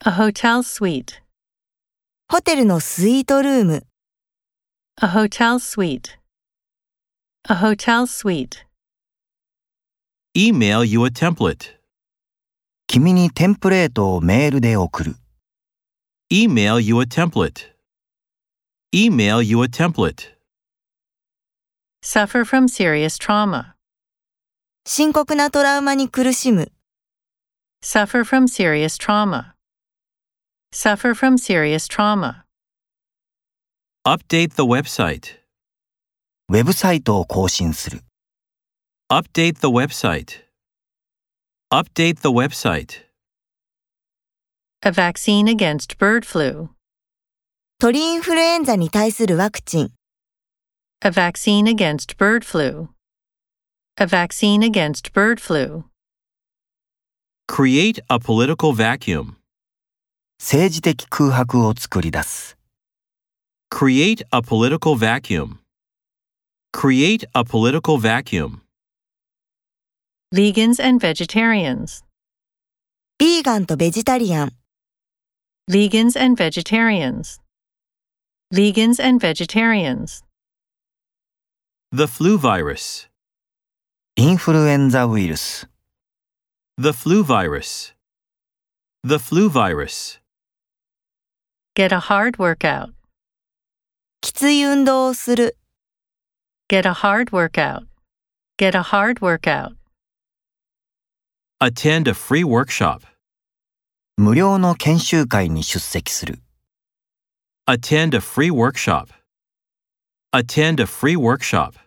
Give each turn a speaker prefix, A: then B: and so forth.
A: A hotel suite.
B: ホテルのスイートルーム、
A: A hotel suite. A hotel suite.
C: Email you a template.
D: 君にテンプレートをメールで送る。
C: Email you a template. Email you a template.
A: Suffer from serious trauma.
B: 深刻なトラウマに苦しむ、
A: Suffer from serious trauma. Suffer from serious trauma.
C: Update the website.
D: ウェブサイトを更新する。
C: Update the website. Update the website.
A: A vaccine against bird flu.
B: 鳥インフルエンザに対するワクチン、
A: A vaccine against bird flu. A vaccine against bird flu.
C: Create a political vacuum.
D: 政治的空白を作り出す。
C: Create a political vacuum. Create a political vacuum.
A: Vegans and vegetarians.
B: ビーガンとベジタリアン、
A: Vegans and vegetarians. Vegans and vegetarians.
C: The flu virus.
D: インフルエンザウイルス。
C: The flu virus. The flu virus.
A: Get a hard workout.
B: きつい運動をする、
A: Get a hard workout. Get a hard workout.
C: Attend a free workshop.
D: 無料の研修会に出席する。
C: Attend a free workshop. Attend a free workshop.